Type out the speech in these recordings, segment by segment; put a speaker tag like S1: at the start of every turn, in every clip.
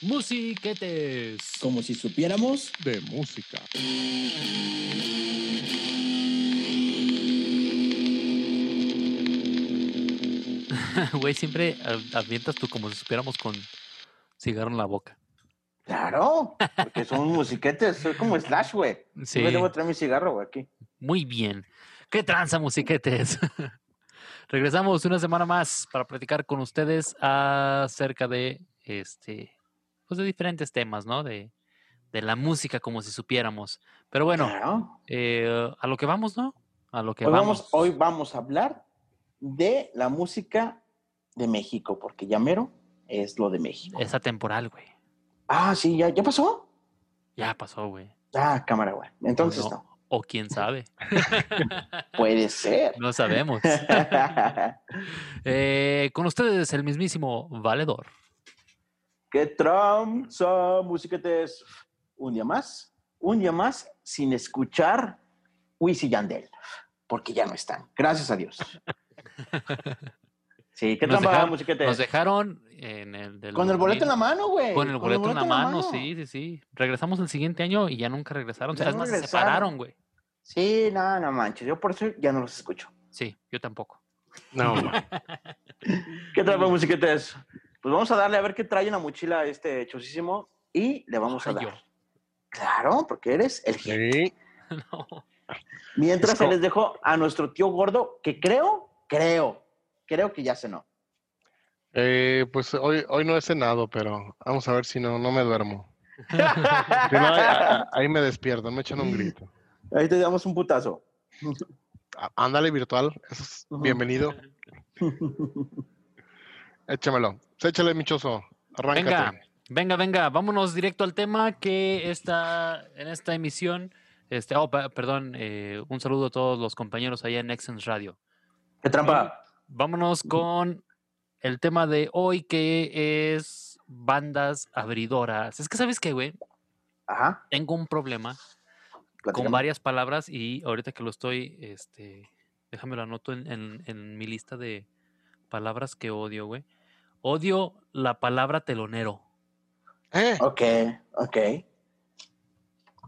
S1: Musiquetes
S2: Como si supiéramos.
S1: de música.
S3: Güey, siempre a- avientas tú como si supiéramos con cigarro en la boca.
S2: Claro, porque son musiquetes, soy como Slash, güey.
S3: Sí,
S2: Yo me debo traer mi cigarro, güey, aquí.
S3: muy bien. ¡Qué tranza, musiquetes! Regresamos una semana más para platicar con ustedes acerca de este, pues de diferentes temas, ¿no? De, de la música como si supiéramos. Pero bueno,
S2: Claro.
S3: eh, a lo que vamos, ¿no? A lo que
S2: Hoy
S3: vamos.
S2: vamos, hoy vamos a hablar de la música de México, porque Llamero es lo de México.
S3: Esa temporal, güey.
S2: Ah, sí, ya, ya pasó.
S3: Ya pasó, güey.
S2: Ah, cámara, güey. Entonces
S3: no.
S2: no.
S3: O quién sabe.
S2: Puede ser.
S3: no sabemos. Eh, con ustedes, el mismísimo valedor.
S2: ¡Qué tranza, musiquetes! Un día más, un día más sin escuchar Wiz y Yandel, porque ya no están. Gracias a Dios. Sí, qué
S3: Nos
S2: trampa,
S3: dejaron-
S2: musiquetes.
S3: Nos dejaron en el del
S2: Con el boleto en la mano, güey.
S3: Con el boleto, en la mano, sí, sí, sí. Regresamos el siguiente año y ya nunca regresaron. O sea,
S2: Ya
S3: es
S2: no
S3: más, se
S2: regresaron.
S3: separaron, güey.
S2: Sí, no, no manches. Yo por eso ya no los escucho.
S3: Sí, yo tampoco.
S1: No, ma.
S2: ¿Qué trampa, musiquetes? Pues vamos a darle a ver qué trae en la mochila este chosísimo y le vamos a
S3: Ay,
S2: dar.
S3: yo.
S2: Claro, porque eres el jefe.
S1: sí.
S3: No.
S2: Mientras
S1: Es
S2: se
S1: como-
S2: les dejó a nuestro tío gordo, que creo, creo, creo que ya cenó.
S1: Eh, pues hoy, hoy no he cenado, pero vamos a ver si no, no me duermo. Si no, ahí, a- a- ahí me despierto, me echan un grito.
S2: Ahí te damos un putazo.
S1: Á- Ándale, virtual. eso es
S2: Ujú.
S1: bienvenido. Échamelo. Échale, michoso. Arráncate.
S3: Venga, venga, venga, vámonos directo al tema que está en esta emisión. Este, oh, pa- perdón, eh, un saludo a todos los compañeros allá en Excellence Radio.
S2: ¡Qué trampa!
S3: Vámonos con el tema de hoy que es bandas abridoras. Es que, ¿sabes qué, güey?
S2: Ajá.
S3: Tengo un problema
S2: platícame.
S3: con varias palabras y ahorita que lo estoy, este, déjame lo anoto en, en- en mi lista de palabras que odio, güey. Odio la palabra telonero.
S1: Eh,
S2: Ok, ok.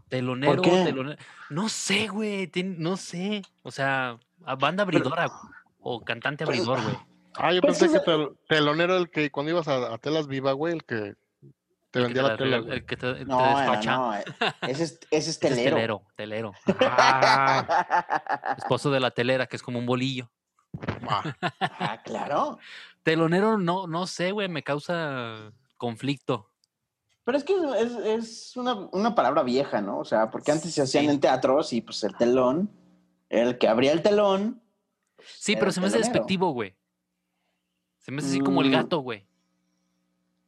S3: Telonero,
S2: qué?
S3: telonero. No sé, güey, ten- no sé. O sea, a banda
S2: Pero-
S3: abridora güey, o cantante
S2: Pero-
S3: abridor, güey.
S1: Ah, yo
S2: Pues
S1: pensé que
S2: es-
S1: tel- telonero el que cuando ibas a, a Telas Viva, güey, el que te
S3: El que
S1: vendía
S3: te
S1: la tela,
S3: regala-
S1: güey.
S3: el que te, te
S2: No,
S3: despacha.
S2: no, eh, ese es, ese es
S3: Ese es
S2: telero.
S3: telero, telero.
S1: Ah,
S3: esposo de la telera, que es como un bolillo.
S1: va.
S2: ah, claro.
S3: Telonero, no, no sé, güey, me causa conflicto.
S2: Pero es que es, es una, una palabra vieja, ¿no? O sea, porque antes se hacían
S3: Sí.
S2: en teatros y pues el telón, el que abría el telón.
S3: Sí,
S2: Era
S3: pero
S2: el
S3: se me hace
S2: telonero.
S3: despectivo, güey. Se me hace así como el
S2: Mm.
S3: gato, güey.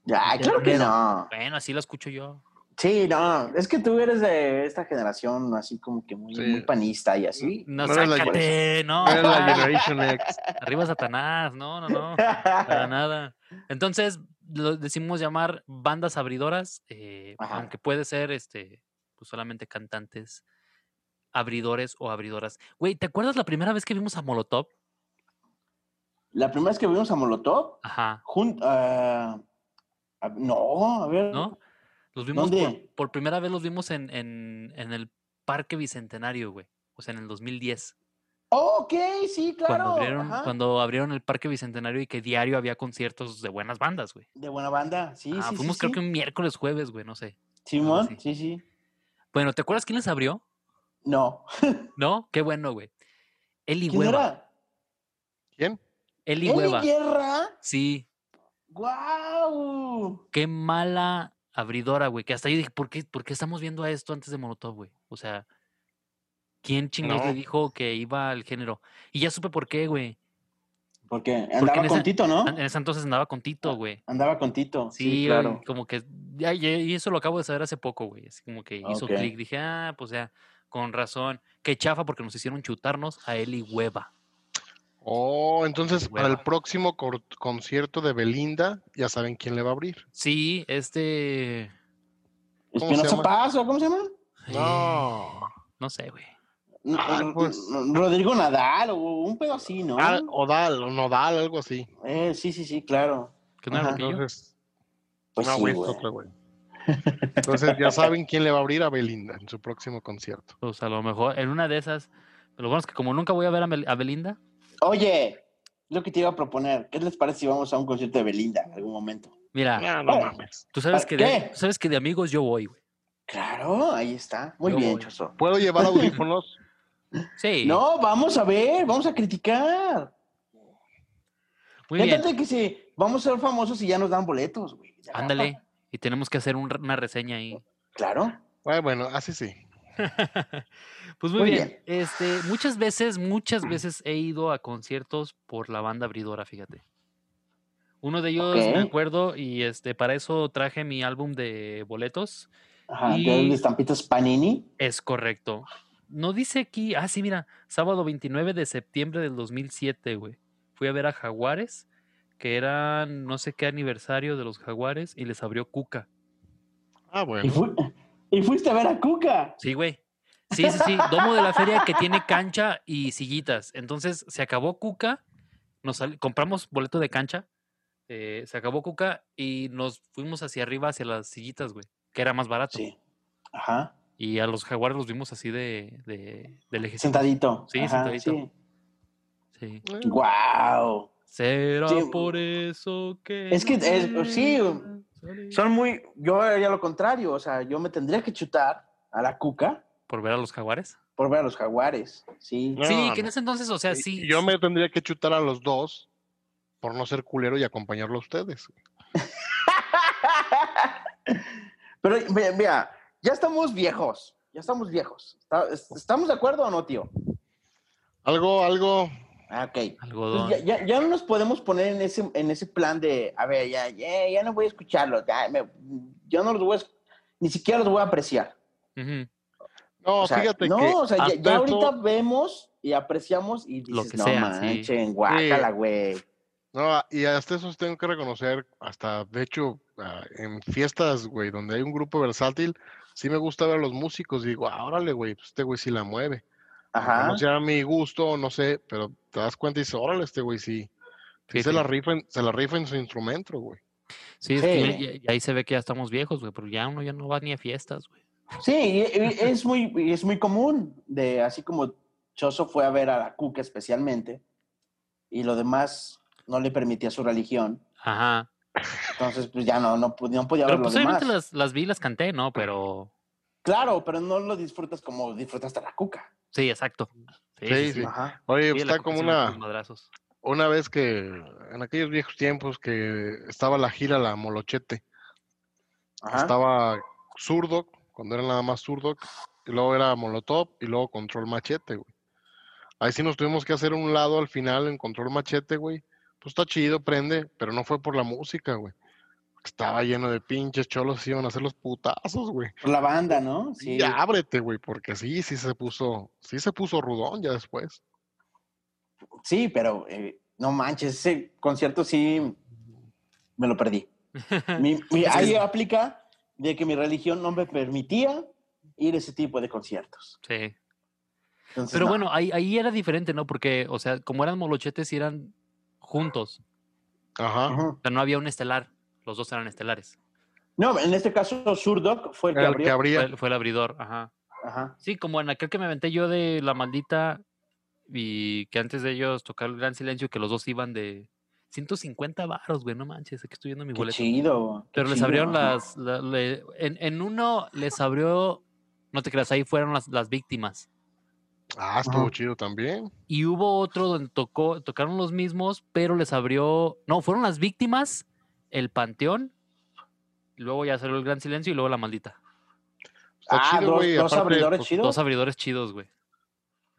S2: Ay, claro que
S3: telonero.
S2: no.
S3: Bueno, así lo escucho yo.
S2: Sí, no, es que tú eres de esta generación así como que muy,
S1: Sí.
S2: muy panista y así.
S3: No,
S1: No eres la-
S3: sácate, no.
S1: Era la
S3: ah,
S1: Generation X.
S3: Arriba Satanás, no, no, no. Para nada. Entonces, lo decimos llamar bandas abridoras, eh,
S2: Ajá.
S3: aunque puede ser este, pues solamente cantantes abridores o abridoras. Güey, ¿te acuerdas la primera vez que vimos a Molotov?
S2: La primera vez que vimos a Molotov,
S3: Ajá.
S2: jun- ah, ah, no, a ver.
S3: ¿no? Los vimos por,
S2: ¿Dónde?
S3: por primera vez los vimos en, en, en el Parque Bicentenario, güey. O sea, en el 2010.
S2: Oh, ok, sí, claro.
S3: cuando, abrieron,
S2: ajá.
S3: cuando abrieron el Parque Bicentenario y que diario había conciertos de buenas bandas, güey.
S2: De buena banda, sí,
S3: Ah,
S2: sí.
S3: fuimos
S2: sí,
S3: creo
S2: sí.
S3: que un miércoles, jueves, güey, no sé.
S2: Simón,
S3: así.
S2: sí, sí.
S3: Bueno, ¿te acuerdas quién les abrió?
S2: No.
S3: ¿No? Qué bueno, güey. Eli
S2: ¿Quién
S3: Hueva.
S2: era?
S1: ¿Quién?
S3: Eli
S2: Eli
S3: Hueva.
S2: Guerra.
S3: Sí,
S2: ¡Guau!
S3: qué mala abridora, güey. Que hasta yo dije, ¿por qué, ¿por qué estamos viendo a esto antes de Molotov, güey? O sea, ¿quién chingados le
S1: No.
S3: dijo que iba al género? Y ya supe por qué, güey.
S2: Porque andaba
S3: en
S2: con
S3: esa-
S2: Tito, ¿no? Ah.
S3: An- En ese entonces andaba con Tito, güey.
S2: Andaba con Tito.
S3: Sí,
S2: Sí, claro.
S3: como que. ya- ya- y eso lo acabo de saber hace poco, güey. Así como que hizo
S2: Ok.
S3: clic. Dije, ah, pues ya, con razón. Qué chafa porque nos hicieron chutarnos a él y hueva.
S1: Oh, entonces para el
S3: Hueva.
S1: próximo cor- concierto de Belinda, ya saben quién le va a abrir.
S3: Sí, este.
S1: ¿Cómo se
S2: Espinosa
S1: llama?
S2: Paz, ¿o ¿cómo se llama?
S3: eh,
S1: No.
S3: no sé, güey.
S2: N-
S1: Ah,
S2: N-
S1: pues.
S2: N- Rodrigo Nadal o un pedo así, ¿no?
S1: Ah, Odal, o Nodal, algo así.
S2: Eh, sí, sí, sí, claro.
S3: ¿Qué no era
S2: Ajá,
S3: Loquillo?
S1: Entonces,
S2: Pues
S1: no,
S2: sí,
S1: güey, es
S2: güey.
S1: otra, güey. Entonces ya saben quién le va a abrir a Belinda en su próximo concierto.
S3: Pues a lo mejor en una de esas. Lo bueno es que como nunca voy a ver a, Mel- a Belinda,
S2: Oye, lo que te iba a proponer, ¿qué les parece si vamos a un concierto de Belinda en algún momento?
S3: mira,
S1: No, no
S2: Ah.
S1: mames.
S3: tú sabes
S2: ¿para
S3: que, de,
S2: qué?
S3: tú sabes que de amigos yo voy, güey.
S2: Claro, ahí está. Muy
S3: Yo
S2: bien,
S3: voy.
S2: Choso.
S1: ¿Puedo llevar audífonos?
S3: Sí.
S2: No, vamos a ver, vamos a criticar.
S3: muy
S2: Qué
S3: bien.
S2: tal de que si vamos a ser famosos y ya nos dan boletos, güey. Ya.
S3: Ándale. Y tenemos que hacer un re- una reseña ahí.
S2: Claro.
S1: Ay, Ah, bueno, así sí.
S3: Pues muy,
S2: Muy
S3: bien. Este, muchas veces, muchas veces he ido a conciertos por la banda abridora, fíjate. Uno de ellos me
S2: Ok.
S3: acuerdo y este para eso traje mi álbum de boletos.
S2: Ajá,
S3: Y-
S2: de estampitas Panini.
S3: Es correcto. No dice aquí, ah sí, mira, sábado 29 de septiembre del 2007, güey. Fui a ver a Jaguares, que era no sé qué aniversario de los Jaguares y les abrió Cuca.
S1: Ah,
S2: Y,
S1: bueno.
S2: fu- y fuiste a ver a Cuca.
S3: Sí, güey. Sí, sí, sí. Domo de la feria que tiene cancha y sillitas. Entonces se acabó Cuca, nos sal- compramos boleto de cancha, eh, se acabó Cuca y nos fuimos hacia arriba, hacia las sillitas, güey, que era más barato.
S2: Sí. Ajá.
S3: Y a los jaguares los vimos así de, de, de lejecitos.
S2: Sentadito.
S3: Sí,
S2: Ajá,
S3: sentadito. Sí.
S1: Eh,
S2: Sí. Wow.
S3: Será
S2: Sí.
S3: por eso que.
S2: Es que
S3: no
S2: es- sí,
S3: dejas salir.
S2: Son muy. Yo haría lo contrario. O sea, yo me tendría que chutar a la Cuca
S3: Por ver a los jaguares.
S2: por ver a los jaguares. Sí.
S1: No,
S3: sí, que en
S1: no.
S3: ese entonces, o sea,
S1: Y-
S3: sí.
S1: y Yo me tendría que chutar a los dos por no ser culero y acompañarlo a ustedes.
S2: Pero ve- vea, ya estamos viejos. Ya estamos viejos. ¿Está- es- ¿Estamos de acuerdo o no, tío?
S1: Algo, algo.
S2: Ah, ok.
S3: Algodón.
S2: Entonces, ya, ya- ya no nos podemos poner en ese, en ese plan de, a ver, ya, ya, ya no voy a escucharlos, ya me- yo no los voy a, es- ni siquiera los voy a apreciar.
S3: Ujú.
S1: No,
S2: o sea,
S1: fíjate
S2: no,
S1: que.
S2: o sea, ya,
S1: hasta
S2: ya ahorita
S1: eso-
S2: vemos y apreciamos y dices,
S3: Lo que
S2: no
S3: sea, sí.
S2: manchen, guácala, güey.
S1: no, y hasta eso tengo que reconocer, hasta de hecho, ah, en fiestas, güey, donde hay un grupo versátil, sí me gusta ver a los músicos. Digo, ah, órale, güey, pues este güey sí la mueve. Aunque
S2: Ajá.
S1: No sea a mi gusto, no sé, pero te das cuenta y dices, órale, este güey sí. sí
S3: Sí,
S1: se,
S3: sí.
S1: La rifa en, se la rifa en su instrumento, güey.
S3: Sí, es que ya-
S2: Sí.
S3: ya- ya ahí se ve que ya estamos viejos, güey, pero ya uno ya no va ni a fiestas, güey.
S2: Sí, y- y es muy, y es muy común, de así como Choso fue a ver a la Cuca especialmente, y lo demás no le permitía su religión,
S3: Ajá.
S2: entonces pues ya no, no, pu- no podía ver
S3: Pero
S2: lo
S3: pues obviamente
S2: demás.
S3: las, las vi, y las canté, ¿no? Pero
S2: Claro, pero no lo disfrutas como disfrutaste la cuca.
S3: sí, exacto. Sí,
S1: Sí, sí.
S2: Ajá.
S1: Oye, pues,
S3: Sí, la
S1: está como
S3: compasión de
S1: una.
S3: los madrazos.
S1: una vez que en aquellos viejos tiempos que estaba la gira la Molochete, Pues,
S2: Ajá.
S1: estaba Zurdo, cuando era nada más Zurdo, y luego era Molotov y luego Control Machete, güey. Ahí sí nos tuvimos que hacer un lado al final en Control Machete, güey. Pues está chido, prende, pero no fue por la música, güey. Estaba lleno de pinches cholos, iban a hacer los putazos, güey.
S2: Por la banda, ¿no? Sí.
S1: Ya ábrete, güey, porque sí, sí se puso, sí se puso rudón ya después.
S2: Sí, pero eh, no manches, ese concierto sí me lo perdí. Mi- mi- ahí aplica de que mi religión no me permitía ir a ese tipo de conciertos.
S3: Sí.
S2: Entonces,
S3: Pero
S2: no.
S3: bueno, ahí, ahí era diferente, ¿no? Porque, o sea, como eran molochetes y eran juntos,
S1: Ajá.
S2: Ajá.
S3: o sea, no había un estelar, los dos eran estelares.
S2: No, en este caso Surdoc fue el que
S1: El
S2: abrió.
S1: que
S3: Fue,
S1: abría.
S3: el- fue el abridor, ajá.
S2: Ajá.
S3: Sí, como en aquel que me aventé yo de La Maldita y que antes de ellos tocar el Gran Silencio, que los dos iban de 150 varos, güey, no manches, aquí estoy viendo mi
S2: Qué
S3: boleto.
S2: chido. qué
S3: Pero les
S2: chido,
S3: abrieron
S2: ajá.
S3: las. la- le- en, en uno les abrió. No te creas, ahí fueron las, las víctimas.
S1: Ah, estuvo
S2: Ajá.
S1: chido también.
S3: Y hubo otro donde tocó, tocaron los mismos, pero les abrió. No, fueron las víctimas, el panteón. Luego ya salió el gran silencio y luego la maldita.
S1: Está
S2: Ah,
S1: chido,
S2: dos,
S1: güey,
S2: dos
S1: aparte,
S2: abridores
S1: pues,
S2: chidos.
S3: Dos abridores chidos, güey.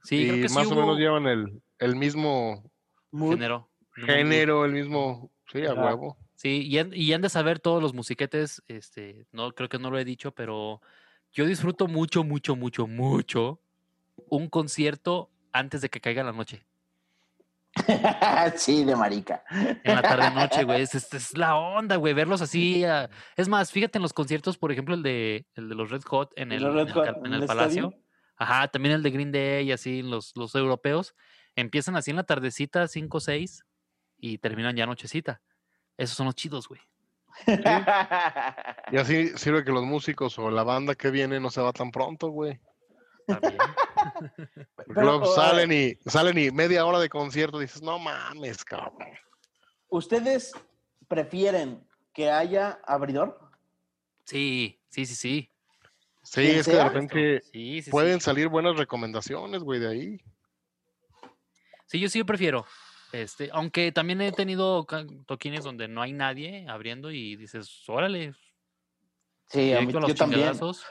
S3: Sí, creo
S1: y
S3: que sí
S1: más o
S3: hubo-
S1: menos llevan el, el mismo
S2: Muy-
S3: generó.
S1: género, el mismo, sí, a
S3: Ajá.
S1: huevo.
S3: Sí, y han, y han de saber todos los musiquetes, este, no creo que no lo he dicho, pero yo disfruto mucho, mucho, mucho, mucho un concierto antes de que caiga la noche.
S2: sí, de marica.
S3: En la tarde noche, güey. Es, es- es la onda, güey. Verlos así. ah, Es más, fíjate en los conciertos, por ejemplo, el de, el de los Red Hot en el,
S2: Los
S3: en
S2: Red
S3: el
S2: Hot
S3: cal- en
S2: en
S3: el
S2: el
S3: Palacio.
S2: estadio.
S3: Ajá, también el de Green Day y así, los, los europeos. Empiezan así en la tardecita, 5 o 6, y terminan ya nochecita. Esos son los chidos, güey.
S1: Y así sirve que los músicos o la banda que viene no se va tan pronto, güey.
S3: También.
S1: Porque
S2: Pero,
S1: luego
S2: o-
S1: salen y, salen y media hora de concierto dices, no mames, cabrón.
S2: ¿Ustedes prefieren que haya abridor?
S3: Sí, sí, sí, sí.
S1: Sí,
S2: ¿Quién
S1: es que de
S2: sea?
S1: repente
S3: Sí, sí, sí.
S1: pueden salir buenas recomendaciones, güey, de ahí.
S3: Sí, yo sí prefiero. Este, aunque también he tenido ca- toquines donde no hay nadie abriendo y dices, órale,
S2: Sí, a mí-
S3: directo a los
S2: yo también.
S3: chingadazos,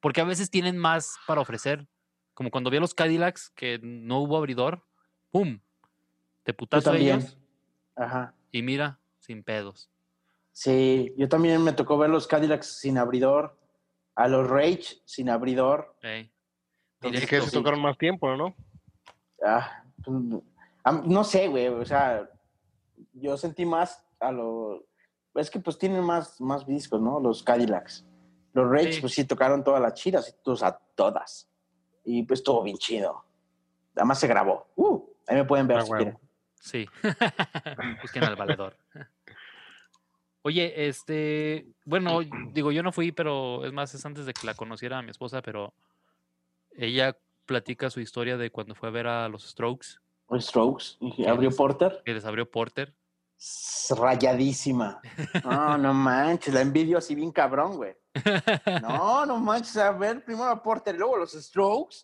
S3: Porque a veces tienen más para ofrecer. Como cuando vi a los Cadillacs que no hubo abridor, ¡pum! Te
S2: Yo
S3: putazo a
S2: también.
S3: ellos
S2: Ajá.
S3: y mira, sin pedos.
S2: Sí, yo también me tocó ver los Cadillacs sin abridor, a los Rage sin abridor.
S3: ey,
S1: Entonces, que
S3: directo.
S1: se tocaron más tiempo, ¿no?
S2: Ah, pues, am- no sé, güey, o sea, yo sentí más a los... Es que pues tienen más, más discos, ¿no? Los Cadillacs. Los Rage,
S3: Sí.
S2: pues sí, tocaron todas las chidas, o sea, todas. Y pues estuvo bien chido. Además se grabó. Uh, ahí me pueden ver.
S1: Ah,
S2: si
S1: huevo.
S2: quieren.
S3: Sí. Busquen al valedor. Oye, este, bueno, digo, yo no fui, pero es más, es antes de que la conociera a mi esposa, pero ella platica su historia de cuando fue a ver a los Strokes,
S2: Los Strokes, y abrió
S3: es?
S2: Porter.
S3: que les abrió Porter.
S2: s- Rayadísima. No, no manches, la envidio así bien cabrón, güey. No, no manches, a ver, primero a Porter, luego los Strokes.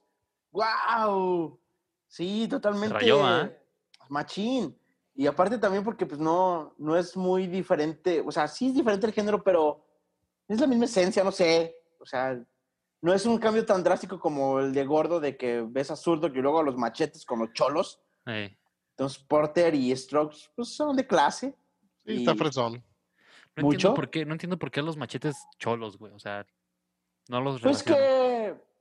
S2: ¡Wow! Sí, totalmente.
S3: rayó, ¿ah?
S2: Machín. Y aparte también porque pues no, no es muy diferente, o sea, sí es diferente el género, pero es la misma esencia, no sé. O sea, no es un cambio tan drástico como el de Gordo de que ves a Zurdo y luego a los machetes con los cholos.
S3: Ey.
S2: Entonces Porter y Strokes pues son de clase.
S1: Sí, está
S2: Y-
S1: fresón.
S3: No entiendo
S2: ¿Mucho?
S3: por qué, no entiendo por qué los machetes cholos, güey. O sea, no los
S2: Pues
S3: relaciono.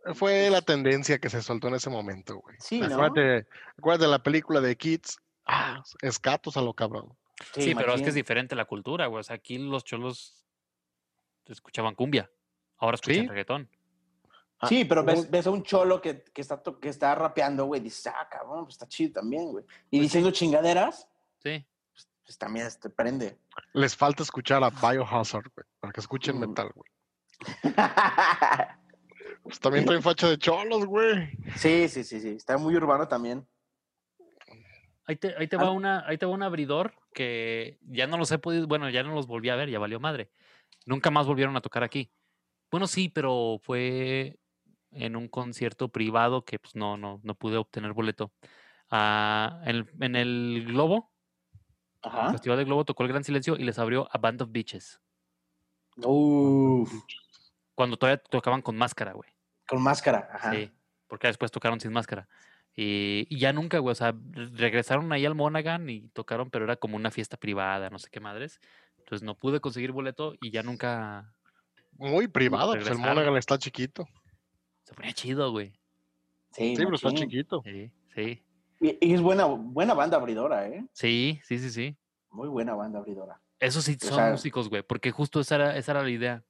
S2: que
S1: Fue la tendencia que se soltó en ese momento, güey.
S2: sí, ¿no?
S1: Acuérdate, acuérdate de la película de Kids. Ah, escatos a lo cabrón.
S3: Sí, pero es que es
S2: machín.
S3: diferente la cultura, güey. O sea, aquí los cholos escuchaban cumbia. Ahora escuchan
S1: Sí.
S3: reggaetón.
S1: Ah,
S2: Sí, pero ves,
S1: un-
S2: ves a un cholo que, que está, to- que está rapeando, güey, dices, ah, cabrón, pues está chido también, güey. Y diciendo chingaderas,
S3: Sí.
S2: pues también te prende.
S1: Les falta escuchar a Biohazard, güey, para que escuchen
S2: Mm.
S1: metal, güey. Pues también traen facha de cholos, güey.
S2: sí, sí, sí, sí, está muy urbano también.
S3: Ahí te, ahí te
S2: Ah.
S3: va una, ahí te va un abridor que ya no los he podido, bueno, ya no los volví a ver, ya valió madre. Nunca más volvieron a tocar aquí. Bueno, sí, pero fue en un concierto privado que pues no, no, no pude obtener boleto. Ah, en, el- en el Globo, el
S2: Ajá.
S3: Festival del Globo tocó el Gran Silencio y les abrió a Band of Bitches.
S2: Uf,
S3: Cuando todavía tocaban con máscara, güey.
S2: con máscara, ajá.
S3: Sí, porque después tocaron sin máscara. Y, y ya nunca, güey, o sea, re- regresaron ahí al Monaghan y tocaron, pero era como una fiesta privada, no sé qué madres. Entonces no pude conseguir boleto y ya nunca
S1: Muy privado, pues el
S3: regresaron.
S1: Monaghan está chiquito.
S3: se ponía chido, güey.
S2: Sí,
S1: Sí, pero está
S2: machín.
S1: chiquito.
S3: Sí, sí,
S2: Y, y es buena, buena banda abridora, ¿eh?
S3: sí, sí, sí, sí.
S2: Muy buena banda abridora.
S3: Eso sí,
S2: O
S3: son
S2: sea-
S3: músicos, güey, porque justo esa era, esa era la idea.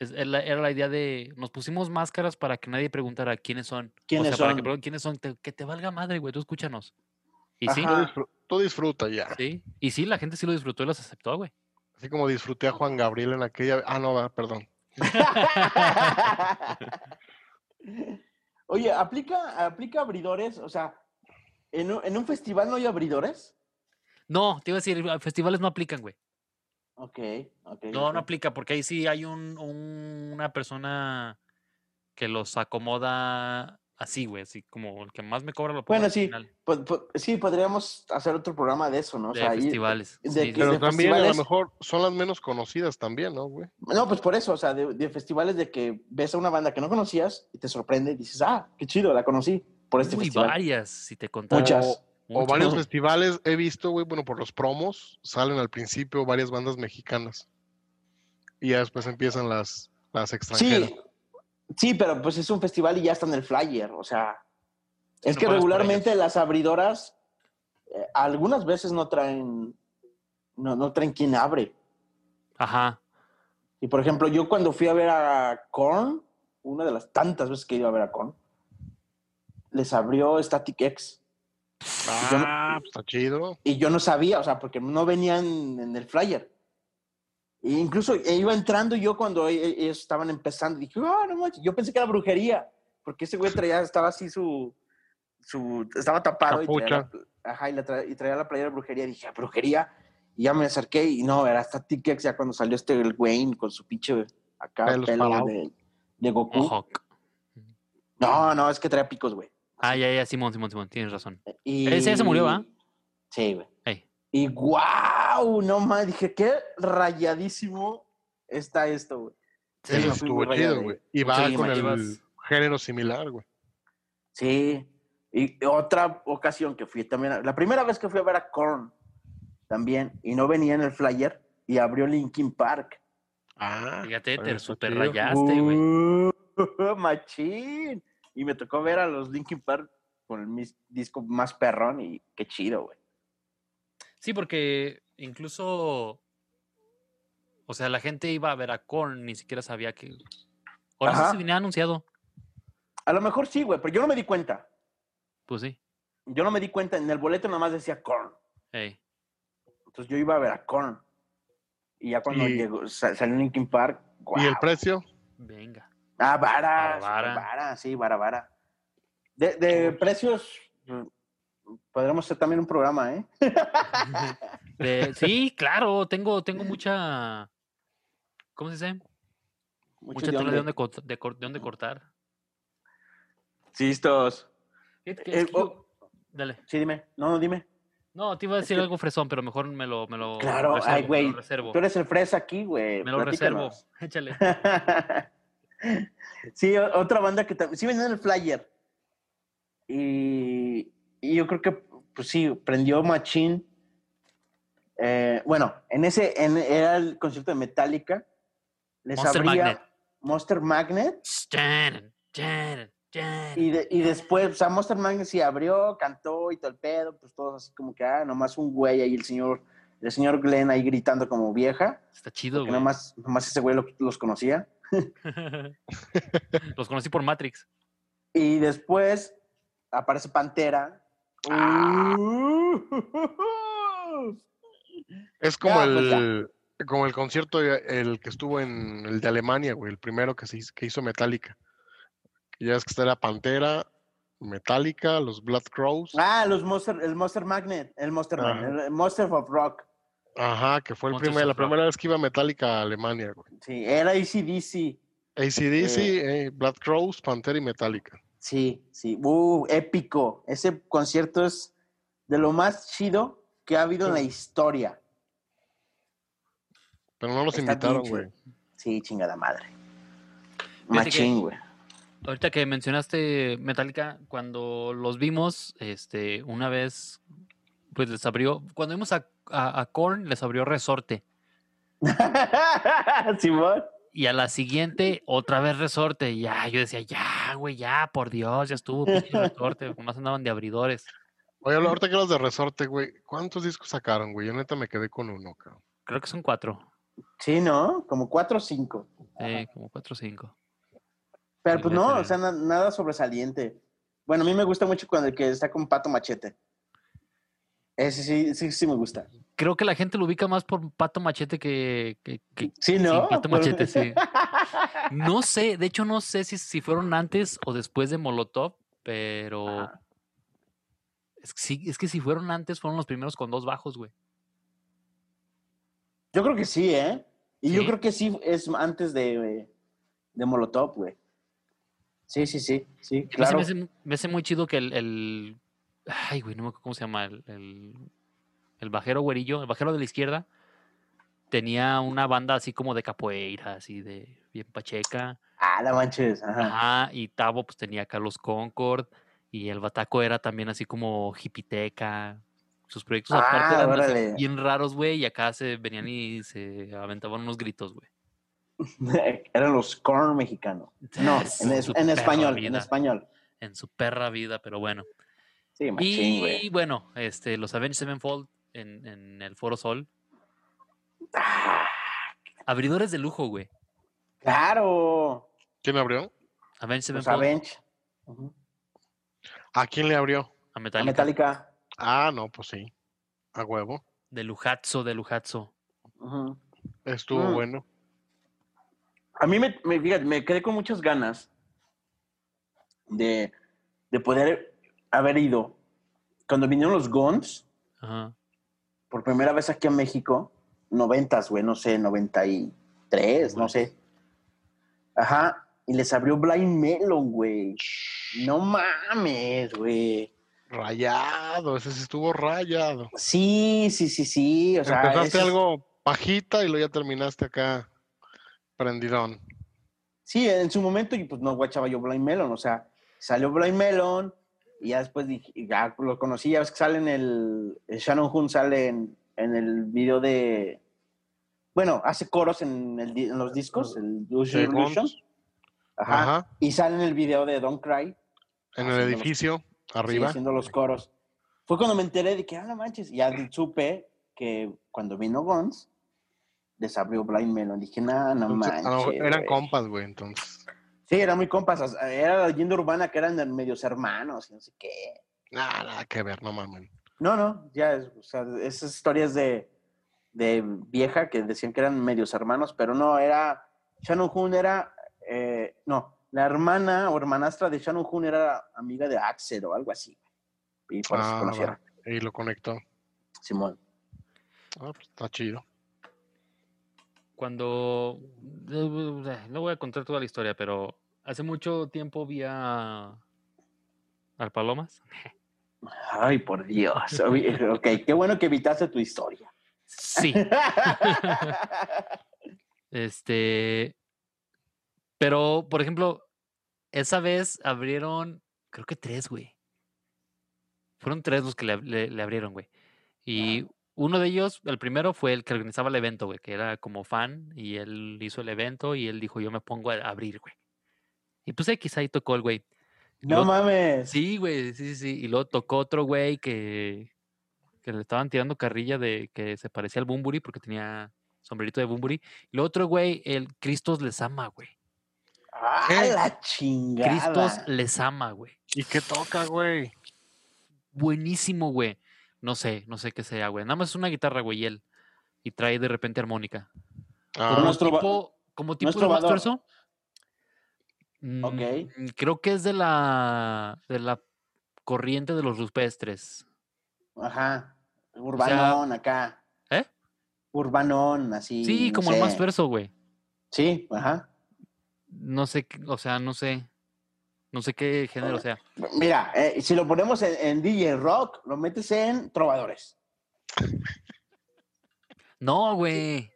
S3: Es- era, la- era la idea de, nos pusimos máscaras para que nadie preguntara quiénes son.
S2: ¿Quiénes
S3: o sea, para que
S2: son?
S3: pregun- quiénes son, te- que te valga madre, güey, tú escúchanos. Y sí,
S1: Tú,
S2: Ajá.
S1: disfru- tú disfruta ya.
S3: sí, y sí, la gente sí lo disfrutó y los aceptó, güey.
S1: Así como disfruté a Juan Gabriel en aquella. Ah, no, va, perdón.
S2: Oye, ¿aplica, aplica abridores? O sea, ¿en un, en un festival no hay abridores?
S3: No, te iba a decir, a festivales no aplican, güey.
S2: Ok, ok.
S3: No,
S2: ok.
S3: no aplica, porque ahí sí hay un, un- una persona que los acomoda así, güey, así como el que más me cobra lo pongo
S2: Bueno,
S3: al
S2: sí,
S3: final
S2: Pod- pod- sí, podríamos hacer otro programa de eso, ¿no? O
S3: de
S2: sea, ir-
S3: festivales.
S2: de
S3: sí, sí,
S2: que-
S3: sí.
S1: Pero
S2: de
S1: también a lo
S2: festivales-
S1: mejor son las menos conocidas también, ¿no, güey?
S2: no, pues por eso, o sea, de, de festivales de que ves a una banda que no conocías y te sorprende y dices, ah, qué chido, la conocí por este
S3: Uy,
S2: festival.
S3: varias, si te contara.
S2: Muchas.
S1: O varios festivales he visto, güey, bueno, por los promos salen al principio varias bandas mexicanas. Y ya después empiezan las, las extranjeras.
S2: Sí, sí, pero pues es un festival y ya está en el flyer. O sea, es
S3: No
S2: que
S3: pones
S2: regularmente las abridoras eh, algunas veces no traen, no, no traen quien abre.
S3: Ajá.
S2: Y por ejemplo, yo cuando fui a ver a Korn, una de las tantas veces que iba a ver a Korn, les abrió Static X.
S1: Ah, pues está chido.
S2: Y yo no sabía, o sea, porque no venían en el flyer. E incluso e iba entrando yo cuando e- e- ellos estaban empezando. Dije, ah, no manches". Yo pensé que era brujería, porque ese güey traía, estaba así su. su estaba tapado y traía, la, ajá, y, la tra- y traía la playera de brujería. Dije, "Ah, brujería. Y ya me acerqué y no, era hasta T-Kex ya cuando salió este el Wayne con su pinche acá
S1: Pelos
S2: pelo
S1: parado.
S2: de, de Goku.
S3: Mohawk.
S2: No, no, es que traía picos, güey.
S3: Ah, ya, ya, Simón, Simón, Simón, tienes razón.
S2: Y...
S3: Ese ya se murió, ¿va?
S2: Sí, güey.
S3: Ey.
S2: Y wow, no más, dije, qué rayadísimo está esto, güey. Sí,
S1: Eso
S2: no, fui muy
S1: estuvo
S2: rayado
S1: chido,
S2: de-
S1: güey. Y va
S3: Sí,
S1: con
S3: Machivas.
S1: el género similar, güey.
S2: Sí. Y otra ocasión que fui también, a- la primera vez que fui a ver a Korn también, y no venía en el flyer, y abrió Linkin Park.
S1: Ah,
S3: Fíjate, te
S1: también está
S3: super
S1: chido.
S3: rayaste, güey.
S2: Uh, machín. Y me tocó ver a los Linkin Park con el mis- disco más perrón, y qué chido, güey.
S3: Sí, porque incluso. O sea, la gente iba a ver a Korn, ni siquiera sabía que. O no sé
S2: Ajá.
S3: si tenía anunciado.
S2: A lo mejor sí, güey, pero yo no me di cuenta.
S3: Pues sí.
S2: Yo no me di cuenta, en el boleto nada más decía Korn.
S3: Ey.
S2: Entonces yo iba a ver a Korn. Y ya cuando
S1: Y-
S2: llegó, sal- salió Linkin Park,
S1: ¿Y el
S2: ¡guau!
S1: precio?
S3: Venga.
S2: Ah, vara,
S3: Vara,
S2: super
S3: vara.
S2: vara. sí, vara, vara. De, de precios, mm, podremos hacer también un programa, ¿eh?
S3: De- sí, claro, tengo, tengo mucha. ¿Cómo se dice?
S2: Mucho
S3: Mucha
S2: de
S3: tela de
S2: dónde.
S3: dónde, cort- de, cor- de dónde cortar.
S2: Chistos.
S3: Fíjate que- es
S2: Eh,
S3: que
S2: oh.
S3: yo- Dale.
S2: Sí, dime. No, no, dime.
S3: No, te iba a
S2: Es
S3: decir
S2: que-
S3: algo fresón, pero mejor me lo. Me lo
S2: Claro,
S3: reservo,
S2: ay,
S3: Me
S2: güey.
S3: lo reservo.
S2: Tú eres el fresa aquí, güey.
S3: Me lo reservo.
S2: platícanos.
S3: Échale.
S2: sí, o- otra banda que también. Sí, venía en el flyer. Y, y yo creo que, pues sí, prendió Machín. Eh, bueno, en ese en- era el concierto de Metallica. Les
S3: Monster
S2: abría
S3: Magnet.
S2: Monster Magnet.
S3: Shannon, Shannon, Shannon.
S2: Y, de- y después, o sea, Monster Magnet sí abrió, cantó y todo el pedo, pues todos así como que, ah, nomás un güey ahí, el señor, el señor Glenn ahí gritando como vieja.
S3: Está chido,
S2: Que
S3: güey.
S2: nomás, nomás ese güey lo- los conocía.
S3: Los conocí por Matrix.
S2: Y después aparece Pantera.
S1: Es como
S2: Ya, pues,
S1: el como el concierto de- el que estuvo en el de Alemania, güey, el primero que se hizo, que hizo Metallica. Que Ya es que está la Pantera, Metallica, los Blood Crows,
S2: Ah, los Monster, el Monster Magnet, el Monster
S1: Ajá.
S2: Magnet, el Monster of Rock.
S1: ajá, que fue el
S3: Monsters
S1: primer, la
S3: of Rock.
S1: primera vez que iba Metallica a Alemania, güey.
S2: Sí, era ACDC.
S1: ACDC, eh, Blood Crows, Pantera y Metallica.
S2: Sí, sí. Uh, épico. Ese concierto es de lo más chido que ha habido en la historia.
S1: Pero no los
S2: Está bien
S1: invitaron,
S2: chido.
S1: güey.
S2: Sí, chingada madre.
S3: que-
S2: Machín, güey.
S3: Ahorita que mencionaste Metallica, cuando los vimos, este, una vez, pues les abrió, cuando vimos a, a, a Korn, les abrió resorte.
S2: Simón.
S3: Y a la siguiente, otra vez resorte. Y Ya, yo decía, ya, güey, ya, por Dios, ya estuvo pinche resorte. Más andaban de abridores.
S1: Oye,
S2: Mm.
S1: ahorita que los de resorte, güey, ¿cuántos discos sacaron, güey? Yo neta me quedé con uno, cabrón.
S3: Creo que son cuatro.
S2: Sí, ¿no? Como cuatro o cinco.
S3: eh, como cuatro o cinco.
S2: Pero pues
S3: Podría
S2: no,
S3: ser.
S2: o sea, na- nada sobresaliente. Bueno, a mí me gusta mucho cuando el que está con Pato Machete. Ese sí, sí, sí me gusta.
S3: Creo que la gente lo ubica más por Pato Machete que, que, que-
S2: Sí, ¿no?
S3: Pato
S2: Por-
S3: Machete, sí. No sé, de hecho no sé si, si fueron antes o después de Molotov, pero
S2: Ajá.
S3: es que, sí, es que si fueron antes fueron los primeros con dos bajos, güey.
S2: Yo creo que sí, ¿eh? Y yo
S3: Sí.
S2: creo que sí es antes de, de Molotov, güey. Sí, sí, sí, sí,
S3: A mí se
S2: claro.
S3: Me, hace, mu- me hace muy chido que el, el- Ay, güey, no me acuerdo cómo se llama. El, el, el bajero güerillo, el bajero de la izquierda, tenía una banda así como de capoeira, así de bien pacheca.
S2: Ah, la manches. Ajá.
S3: Ajá, y Tavo pues tenía Carlos Concord Y el Bataco era también así como hipiteca. Sus proyectos
S2: Ah,
S3: aparte eran así
S2: órale.
S3: bien raros, güey. Y acá se venían y se aventaban unos gritos, güey.
S2: Eran los corn mexicanos. No, en, es-
S3: Su
S2: en
S3: perra
S2: español, en
S3: vida,
S2: español.
S3: en su perra vida, pero bueno.
S2: Sí, machín, güey.
S3: Y bueno, este, los Avenged Sevenfold en, en el Foro Sol.
S2: Ah,
S3: Abridores de lujo, güey.
S2: claro.
S1: ¿Quién le abrió?
S3: Avenged
S2: Los
S3: Sevenfold.
S2: Avenged. Ujú.
S1: ¿A quién le abrió?
S3: a
S2: La
S3: Metallica.
S2: Metallica.
S1: Ah, no, pues sí. A huevo.
S3: De lujazo, de lujazo.
S2: Ujú.
S1: Estuvo
S2: Mm.
S1: bueno.
S2: A mí me, me, fíjate, me quedé con muchas ganas de, de poder haber ido. Cuando vinieron los Guns,
S3: Ajá.
S2: por primera vez aquí a México, noventas, güey, no sé, 93, no sé. Ajá, y les abrió Blind Melon, güey. No mames, güey.
S1: Rayado, ese sí estuvo rayado.
S2: Sí, sí, sí, sí. O sea,
S1: Empezaste
S2: ese es-
S1: algo pajita y luego ya terminaste acá prendidón.
S2: Sí, en su momento, y pues no guachaba yo Blind Melon, o sea, salió Blind Melon y ya después dije, ya lo conocí, ya ves que sale en el, el Shannon Hoon sale en, en el video de, bueno, hace coros en, el di- en los discos, el Illusion
S1: Sí, Bones.
S2: Revolution. Ajá,
S1: Ajá.
S2: Y sale en el video de Don't Cry,
S1: En el
S2: Ah, sí, no lo-
S1: edificio,
S2: sí,
S1: arriba.
S2: haciendo los coros. Fue cuando me enteré de que, ah, no manches, y ya supe que cuando vino Guns, les abrió Blind Melon. Dije, nah, no
S1: Entonces,
S2: manches.
S1: a lo mejor eran
S2: güey".
S1: compas, güey, entonces.
S2: Sí, eran muy compas. o sea, Era la leyenda urbana que eran medios hermanos y no sé qué.
S1: Nada, nada que ver, no mames.
S2: No, no, ya, es- o sea, esas historias de, de vieja que decían que eran medios hermanos, pero no, era. Shannon Hoon era. eh, no, la hermana o hermanastra de Shannon Hoon era amiga de Axel o algo así. Y por eso se
S1: Ah,
S2: conocieron,
S1: va. Y lo conectó.
S2: Simón.
S1: Ah, pues, está chido.
S3: Cuando. No voy a contar toda la historia, pero hace mucho tiempo vi a. Al Palomas.
S2: Ay, por Dios. Oye, Ok, qué bueno que evitaste tu historia.
S3: Sí. Este. Pero, por ejemplo, esa vez abrieron, creo que tres, güey. Fueron tres los que le, ab- le- le abrieron, güey. Y uno de ellos, el primero, fue el que organizaba el evento, güey, que era como fan y él hizo el evento y él dijo, yo me pongo a abrir, güey. Y pues X ahí tocó el güey.
S2: no
S3: Lo-
S2: mames.
S3: Sí, güey, sí, sí, sí. Y luego tocó otro güey que, que le estaban tirando carrilla de que se parecía al Bumburi porque tenía sombrerito de Bumburi. Y luego otro güey, el Cristos les ama, güey.
S2: Ah,
S1: ¿Qué?
S2: la chingada.
S3: Cristos les ama, güey.
S1: ¿Y qué toca, güey?
S3: Buenísimo, güey. No sé, no sé qué sea, güey. Nada más es una guitarra, güey, y él. Y trae de repente armónica.
S1: Ah,
S2: Pero no
S3: Como
S2: es trova-
S3: tipo, como tipo
S2: es
S3: de Max
S2: trovador.
S3: Verso.
S2: Ok.
S3: Mm, Creo que es de la, de la corriente de los rupestres.
S2: Ajá. Urbanón acá.
S3: ¿Eh?
S2: Urbanón, así.
S3: Sí,
S2: no
S3: como el Max
S2: sé.
S3: Verso, güey.
S2: Sí, ajá.
S3: No sé, qué- o sea, no sé. No sé qué género sea.
S2: Mira, eh, si lo ponemos en, en DJ Rock, lo metes en Trovadores.
S3: No, güey.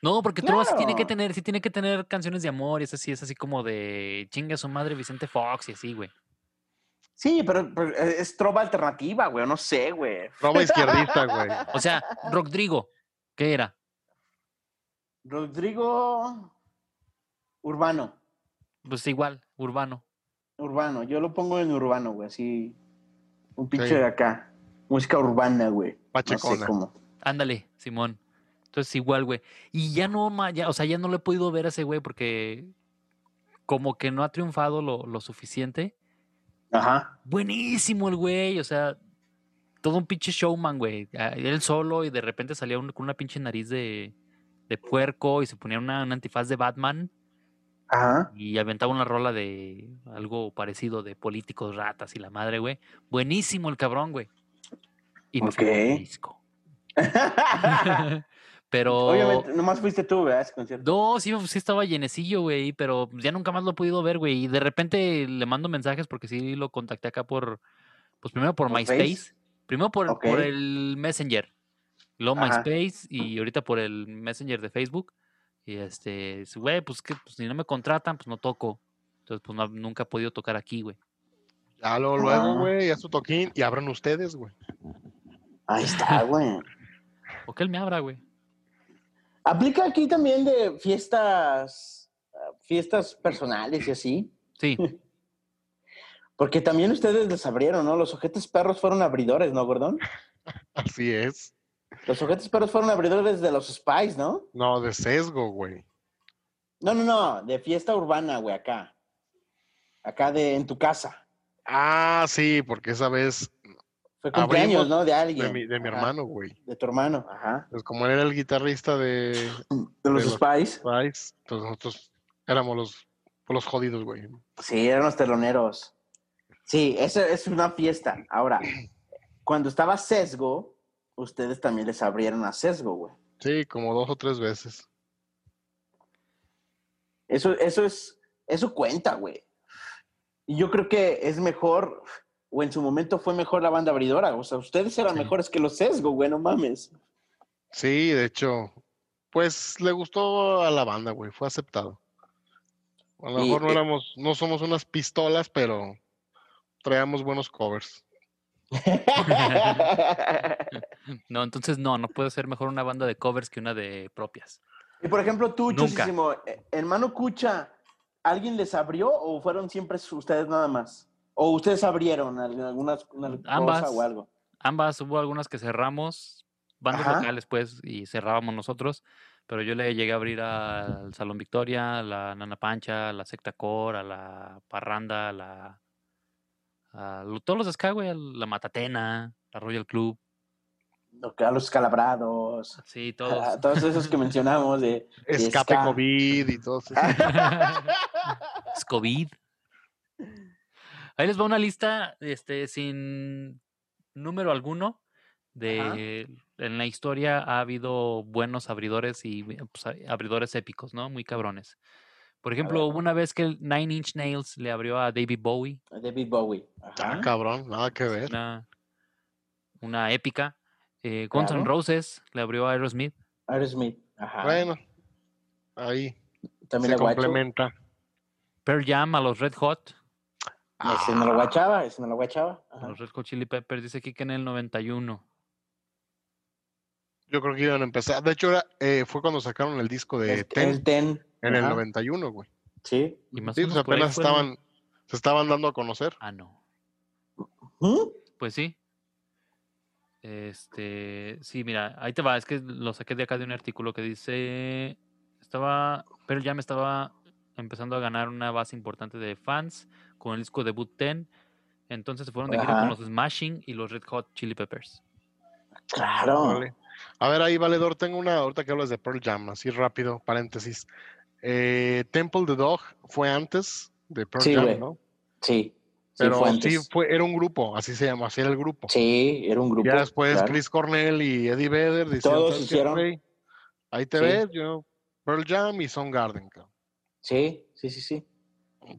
S3: No, porque Trova sí tiene que
S2: Claro.
S3: tener, sí tiene que tener canciones de amor, y es así, es así como de chinga su madre Vicente Fox y así, güey.
S2: Sí, pero, pero, eh, es trova alternativa, güey. No sé, güey.
S1: Roba izquierdista, güey.
S3: O sea, Rodrigo, ¿qué era?
S2: Rodrigo Urbano.
S3: Pues igual, urbano.
S2: Urbano. Yo lo pongo en urbano, güey. Así. Un pinche
S1: Sí.
S2: de acá. Música urbana, güey. No sé
S1: Pachecona.
S2: cómo.
S3: Ándale, Simón. Entonces igual, güey. Y ya no, ma- ya, o sea, ya no le he podido ver a ese güey porque como que no ha triunfado lo, lo suficiente.
S2: Ajá.
S3: buenísimo el güey, o sea, todo un pinche showman, güey. Ah, Él solo y de repente salía un- con una pinche nariz de, de puerco y se ponía una, un antifaz de Batman
S2: Ajá.
S3: y aventaba una rola de algo parecido de políticos, ratas y la madre, güey. Buenísimo el cabrón, güey. Y me fui a
S2: Ok.
S3: Jalisco. Pero...
S2: Obviamente, nomás fuiste tú, ¿verdad? Ese concierto.
S3: No, sí, sí estaba llenecillo, güey, pero ya nunca más lo he podido ver, güey. Y de repente le mando mensajes porque sí lo contacté acá por, pues primero por,
S2: ¿Por Face?
S3: MySpace, primero por, por
S2: Ok.
S3: el Messenger, luego
S2: Ajá.
S3: MySpace y ahorita por el Messenger de Facebook. Y este, sí, güey, pues que pues, si no me contratan, pues no toco. Entonces, pues no- nunca he podido tocar aquí, güey.
S1: Ya luego,
S2: Ah.
S1: luego, güey, ya su toquín y abran ustedes, güey.
S2: Ahí está, güey.
S3: O que él me abra, güey.
S2: Aplica aquí también de fiestas, ah, fiestas personales y así.
S3: Sí.
S2: Porque también ustedes les abrieron, ¿no? Los ojetes perros fueron abridores, ¿no, Gordón?
S1: Así es.
S2: Los ojetes perros fueron abridores de los Spice, ¿no?
S1: No, de sesgo, güey.
S2: No, no, no, de fiesta urbana, güey, acá. Acá de en tu casa.
S1: Ah, sí, porque esa vez
S2: Fue cumpleaños,
S1: Abrimos
S2: ¿no? De alguien.
S1: Ah, de mi, de mi
S2: Ajá.
S1: hermano, güey.
S2: De tu hermano, ajá.
S1: Pues como él era el guitarrista de
S2: De los
S1: los-
S2: Spice.
S1: Rice, entonces nosotros éramos los, pues, los jodidos, güey.
S2: Sí, eran los teloneros. Sí, eso es una fiesta. Ahora, cuando estaba sesgo, ustedes también les abrieron a sesgo, güey.
S1: Sí, como dos o tres veces.
S2: Eso, eso es, eso cuenta, güey. Y yo creo que es mejor, o en su momento fue mejor la banda abridora. O sea, ustedes eran
S3: Sí.
S2: mejores que los sesgo, güey, no mames.
S1: Sí, de hecho, pues le gustó a la banda, güey, fue aceptado. A lo
S2: Y- eh
S1: mejor no
S2: y-
S1: éramos, no somos unas pistolas, pero traíamos buenos covers.
S3: No, entonces no, no puede ser mejor una banda de covers que una de propias.
S2: y por ejemplo, tú,
S3: Nunca.
S2: Chusísimo, eh, hermano Cucha, ¿alguien les abrió o fueron siempre su- ustedes nada más? ¿O ustedes abrieron al- algunas una
S3: Ambas.
S2: cosa o algo?
S3: Ambas hubo algunas que cerramos, bandas
S2: Ajá.
S3: locales pues, y cerrábamos nosotros, pero yo le llegué a abrir al Salón Victoria, a la Nana Pancha, a la Secta Core, a la Parranda, a la... a lo- todos los de Sky, güey, a la Matatena, a Royal Club,
S2: Lo que- A los calabrados.
S3: sí,
S2: A
S3: todos.
S2: todos esos que mencionamos de
S1: Escape
S2: Ska.
S1: COVID y todo eso.
S2: Ah,
S3: Es COVID. Ahí les va una lista, este, sin número alguno, de en la historia ha habido buenos abridores y eh, pues, a- abridores épicos, ¿no? Muy cabrones. Por ejemplo, hubo una vez que el Nine Inch Nails le abrió a David Bowie
S2: David Bowie. Ajá.
S1: Ah, cabrón, nada que ver.
S3: una, una épica. Eh, Guns N'
S2: Claro.
S3: Roses le abrió a Aerosmith.
S2: Aerosmith. Ajá.
S1: Bueno, ahí
S2: También
S1: se
S2: la guacho.
S1: complementa.
S3: Pearl Jam a los Red Hot.
S2: Ese
S1: Ah.
S2: no lo guachaba, ese no lo guachaba.
S3: a
S2: Ajá.
S3: los Red Hot Chili Peppers dice aquí que en el 91.
S1: Yo creo que iban a empezar. De hecho, era, eh, fue cuando sacaron el disco de
S2: El,
S1: Ten
S2: el ten.
S1: en el
S2: ajá.
S1: 91, güey.
S2: Sí.
S3: Y más o
S1: Sí,
S3: menos
S1: pues
S3: por ahí
S1: apenas
S3: fue el-
S1: estaban, se estaban dando a conocer.
S3: Ah, no.
S2: ¿Mm?
S3: Pues sí. Este, sí, mira, ahí te va, es que lo saqué de acá de un artículo que dice, estaba, Pearl Jam estaba empezando a ganar una base importante de fans con el disco debut Ten, entonces se fueron de gira con
S2: Ajá.
S3: los Smashing y los Red Hot Chili Peppers.
S2: Claro.
S1: Órale. A ver, ahí, Valedor, tengo una, ahorita que hablas de Pearl Jam, así rápido, paréntesis. Eh, Temple the Dog fue antes de Pearl
S2: Sí,
S1: Jam,
S2: güey.
S1: ¿no?
S2: Sí. Sí,
S1: Pero
S2: fue
S1: sí,
S2: antes.
S1: fue, era un grupo, así se llama, así era el grupo.
S2: Sí, era un grupo.
S1: ya después
S2: claro.
S1: Chris Cornell y Eddie Vedder dijeron,
S2: Todos
S1: "¿Sabes qué,
S2: hicieron-
S1: güey? Ahí te
S2: Sí.
S1: ves, yo, Pearl Jam y Soundgarden, cabrón.
S2: Sí, sí, sí, sí.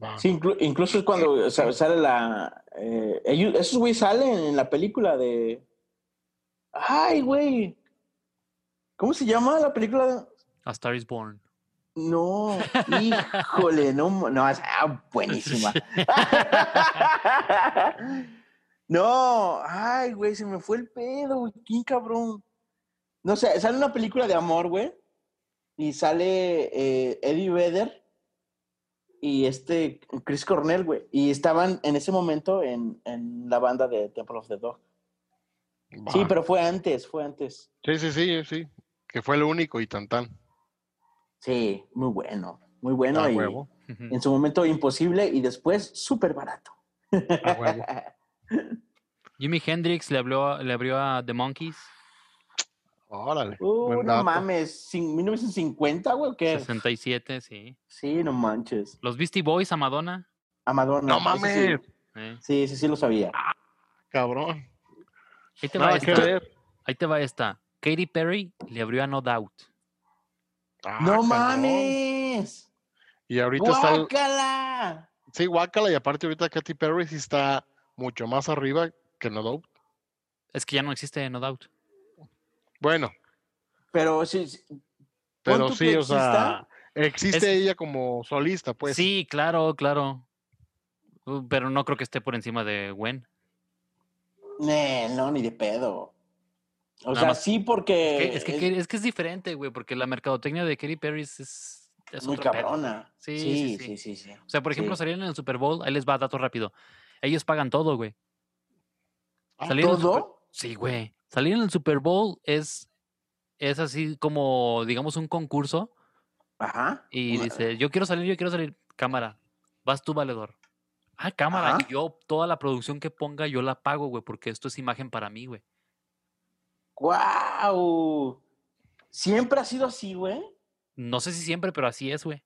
S1: Va.
S2: Sí, inclu- incluso es cuando sa- sale la. eh, ellos, esos güey salen en la película de. Ay, güey. ¿Cómo se llama la película? de-
S3: A Star is Born.
S2: No, híjole, no, mo- no, es- ah, buenísima. no, ay, güey, se me fue el pedo, güey, qué cabrón. No sé, sale una película de amor, güey, y sale eh, Eddie Vedder y este Chris Cornell, güey, y estaban en ese momento en, en la banda de Temple of the Dog.
S1: Va.
S2: Sí, pero fue antes, fue antes.
S1: sí, sí, sí, sí, que fue el único y tan tan.
S2: Sí, muy bueno, muy bueno.
S1: a
S2: y-
S1: Ah, huevo,
S2: En su momento imposible y después súper barato.
S1: a huevo.
S3: Jimi Hendrix le, habló, a- le abrió a The Monkeys,
S1: Órale.
S2: Uh,
S1: buen
S2: no
S1: dato.
S2: mames, cin- 1950, güey, ¿o ¿qué?
S3: 67, sí.
S2: Sí, no manches.
S3: Los Beastie Boys a Madonna.
S2: A
S1: No
S2: Madonna. ese sí.
S1: mames,
S3: eh.
S2: Sí, sí, sí lo sabía.
S1: cabrón.
S3: Ahí te va
S1: Nada que
S3: esta.
S1: ver.
S3: Ahí te va esta. Katy Perry le abrió a No Doubt.
S1: Ah,
S2: ¡No
S1: cabrón.
S2: mames!
S1: Y ahorita está el-
S2: ¡Guácala!
S1: Sí, guácala, y aparte ahorita Katy Perry sí está mucho más arriba que No Doubt.
S3: Es que ya no existe No Doubt.
S1: Bueno,
S2: Pero sí, sí,
S1: pero
S2: tú
S1: sí,
S2: que
S1: o sea, existe
S3: Es-
S1: ella como solista, pues.
S3: sí, claro, claro. Uh, Pero no creo que esté por encima de Gwen.
S2: Nee, no, ni de pedo. O
S3: Nada
S2: sea,
S3: más-
S2: sí
S3: Es
S2: porque
S3: que es, que,
S2: Eh, es
S3: Katy- es que es diferente, güey, porque la mercadotecnia de Katy Perry es, es- es
S2: muy
S3: otro pedo.
S2: cabrona.
S3: Sí,
S2: Sí
S3: sí,
S2: sí sí,
S3: sí.
S2: sí, sí.
S3: O sea, por ejemplo,
S2: Sí.
S3: salieron en el Super Bowl, ahí les va dato rápido. Ellos pagan todo, güey. Salir en el Super-
S2: ¿Todo?
S3: Sí, güey. Salir en el Super Bowl es, es así como, digamos, un concurso
S2: Ajá.
S3: y
S2: Una-
S3: dice, yo quiero salir, yo quiero salir. Cámara, vas tú, valedor. Ah, cámara,
S2: Ajá.
S3: yo toda la producción que ponga yo la pago, güey, porque esto es imagen para mí, güey.
S2: ¡Guau! Siempre ha sido así, güey.
S3: No sé si siempre, pero así es, güey.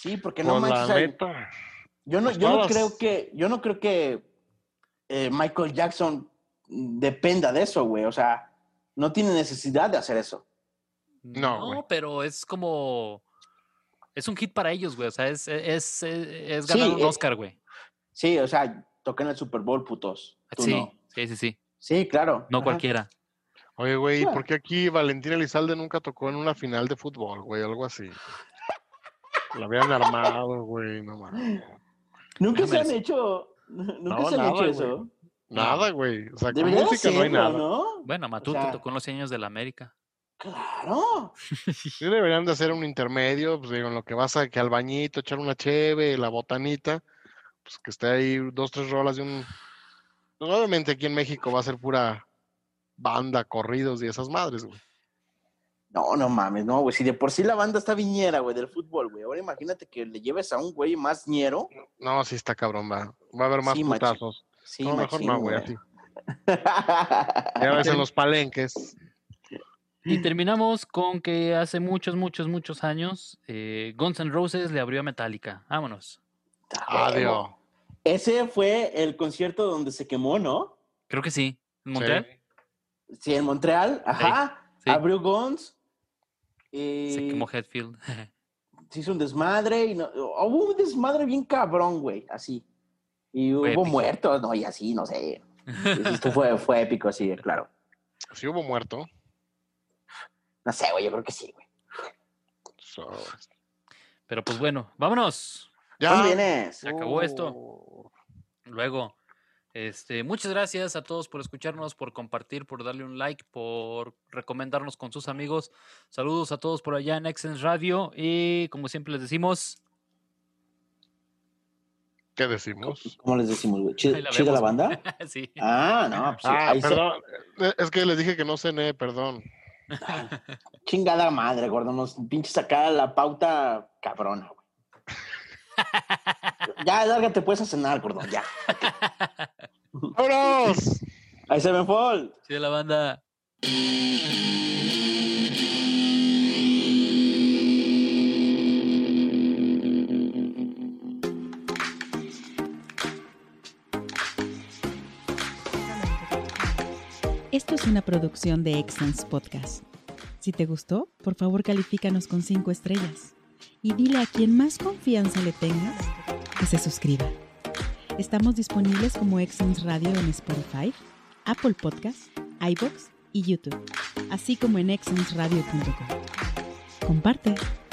S2: Sí, porque
S1: Pues
S2: no
S1: la
S2: manches. al-
S1: neta.
S2: Yo no,
S1: pues
S2: yo no
S1: todas.
S2: creo que, yo no creo que eh, Michael Jackson dependa de eso, güey. O sea, no tiene necesidad de hacer eso.
S1: No, güey.
S3: pero es como. Es un hit para ellos, güey. O sea, es, es, es, es
S2: Sí,
S3: ganar un
S2: eh,
S3: Oscar, güey.
S2: Sí, o sea, toquen el Super Bowl, putos. Tú
S3: Sí,
S2: no.
S3: sí, sí, sí.
S2: Sí, claro.
S3: No
S2: Ajá.
S3: cualquiera.
S1: Oye, güey, ¿y
S2: Claro.
S1: por qué aquí Valentín Elizalde nunca tocó en una final de fútbol, güey? Algo así. La habían armado, güey, no mames.
S2: Nunca
S3: No
S2: se
S3: me
S2: han
S3: les-
S2: hecho, nunca
S1: No,
S2: se han
S1: nada,
S2: hecho
S1: güey.
S2: eso.
S1: Nada, güey. O sea, con
S2: Debería
S1: música no hay
S2: hacerlo,
S1: nada.
S2: ¿no?
S3: Bueno, Matú te
S2: sea-
S3: tocó en los 100 años de la América.
S2: Claro.
S1: Sí deberían de hacer un intermedio, pues digo, en lo que vas a que al bañito, echar una cheve, la botanita, pues que esté ahí dos, tres rolas de un... Pues, obviamente aquí en México va a ser pura banda, corridos y esas madres, güey.
S2: No, no mames, no, güey. Si de por sí la banda está viñera, güey, del fútbol, güey. Ahora imagínate que le lleves a un güey más ñero.
S1: No, sí está cabrón, va. Va a haber más
S2: Sí, machi-
S1: putazos.
S2: Sí,
S1: no, mejor
S2: machín,
S1: no, güey, así. Ya ves en los palenques.
S3: Y terminamos con que hace muchos, muchos, muchos años eh, Guns N' Roses le abrió a Metallica. Vámonos.
S1: Adiós.
S2: Ese fue el concierto donde se quemó, ¿no?
S3: Creo que sí. ¿En
S1: Sí.
S3: Montreal?
S2: Sí, en Montreal. Ajá.
S3: sí.
S2: Abrió Guns.
S3: Se
S2: Y
S3: quemó Headfield.
S2: se hizo un desmadre. Y no- hubo un desmadre bien cabrón, güey, así. Y hubo
S3: Fue épico.
S2: muertos, ¿no? Y así, no sé. Esto fue, fue épico, sí, claro.
S1: Si hubo muerto.
S2: No sé, güey, yo creo que sí, güey.
S1: so-
S3: Pero pues bueno, vámonos.
S1: Ya.
S2: ¿Dónde vienes?
S3: Se acabó esto.
S1: Oh.
S3: Luego, este, muchas gracias a todos por escucharnos, por compartir, por darle un like, por recomendarnos con sus amigos. Saludos a todos por allá en Exens Radio y como siempre les decimos,
S1: ¿Qué decimos?
S2: ¿Cómo les decimos, güey?
S3: Ahí la
S2: ¿Chida, chida la
S3: vemos.
S2: banda?
S3: sí.
S2: Ah, no, pues sí,
S1: Ah,
S2: ahí se-
S1: perdón. eh, Es que les dije que no cené, perdón.
S2: Chingada madre, gordo. Nos pinches sacar la pauta cabrona, güey. ya, lárgate, puedes a cenar, gordo, ya.
S1: ¡Vámonos!
S2: Ahí se ven, Fall.
S3: Sí, de la banda.
S4: Esto es una producción de Excellence Podcast. Si te gustó, por favor califícanos con 5 estrellas y dile a quien más confianza le tengas que se suscriba. Estamos disponibles como Excellence Radio en Spotify, Apple Podcasts, iBox y YouTube, así como en excellenceradio.com. Comparte.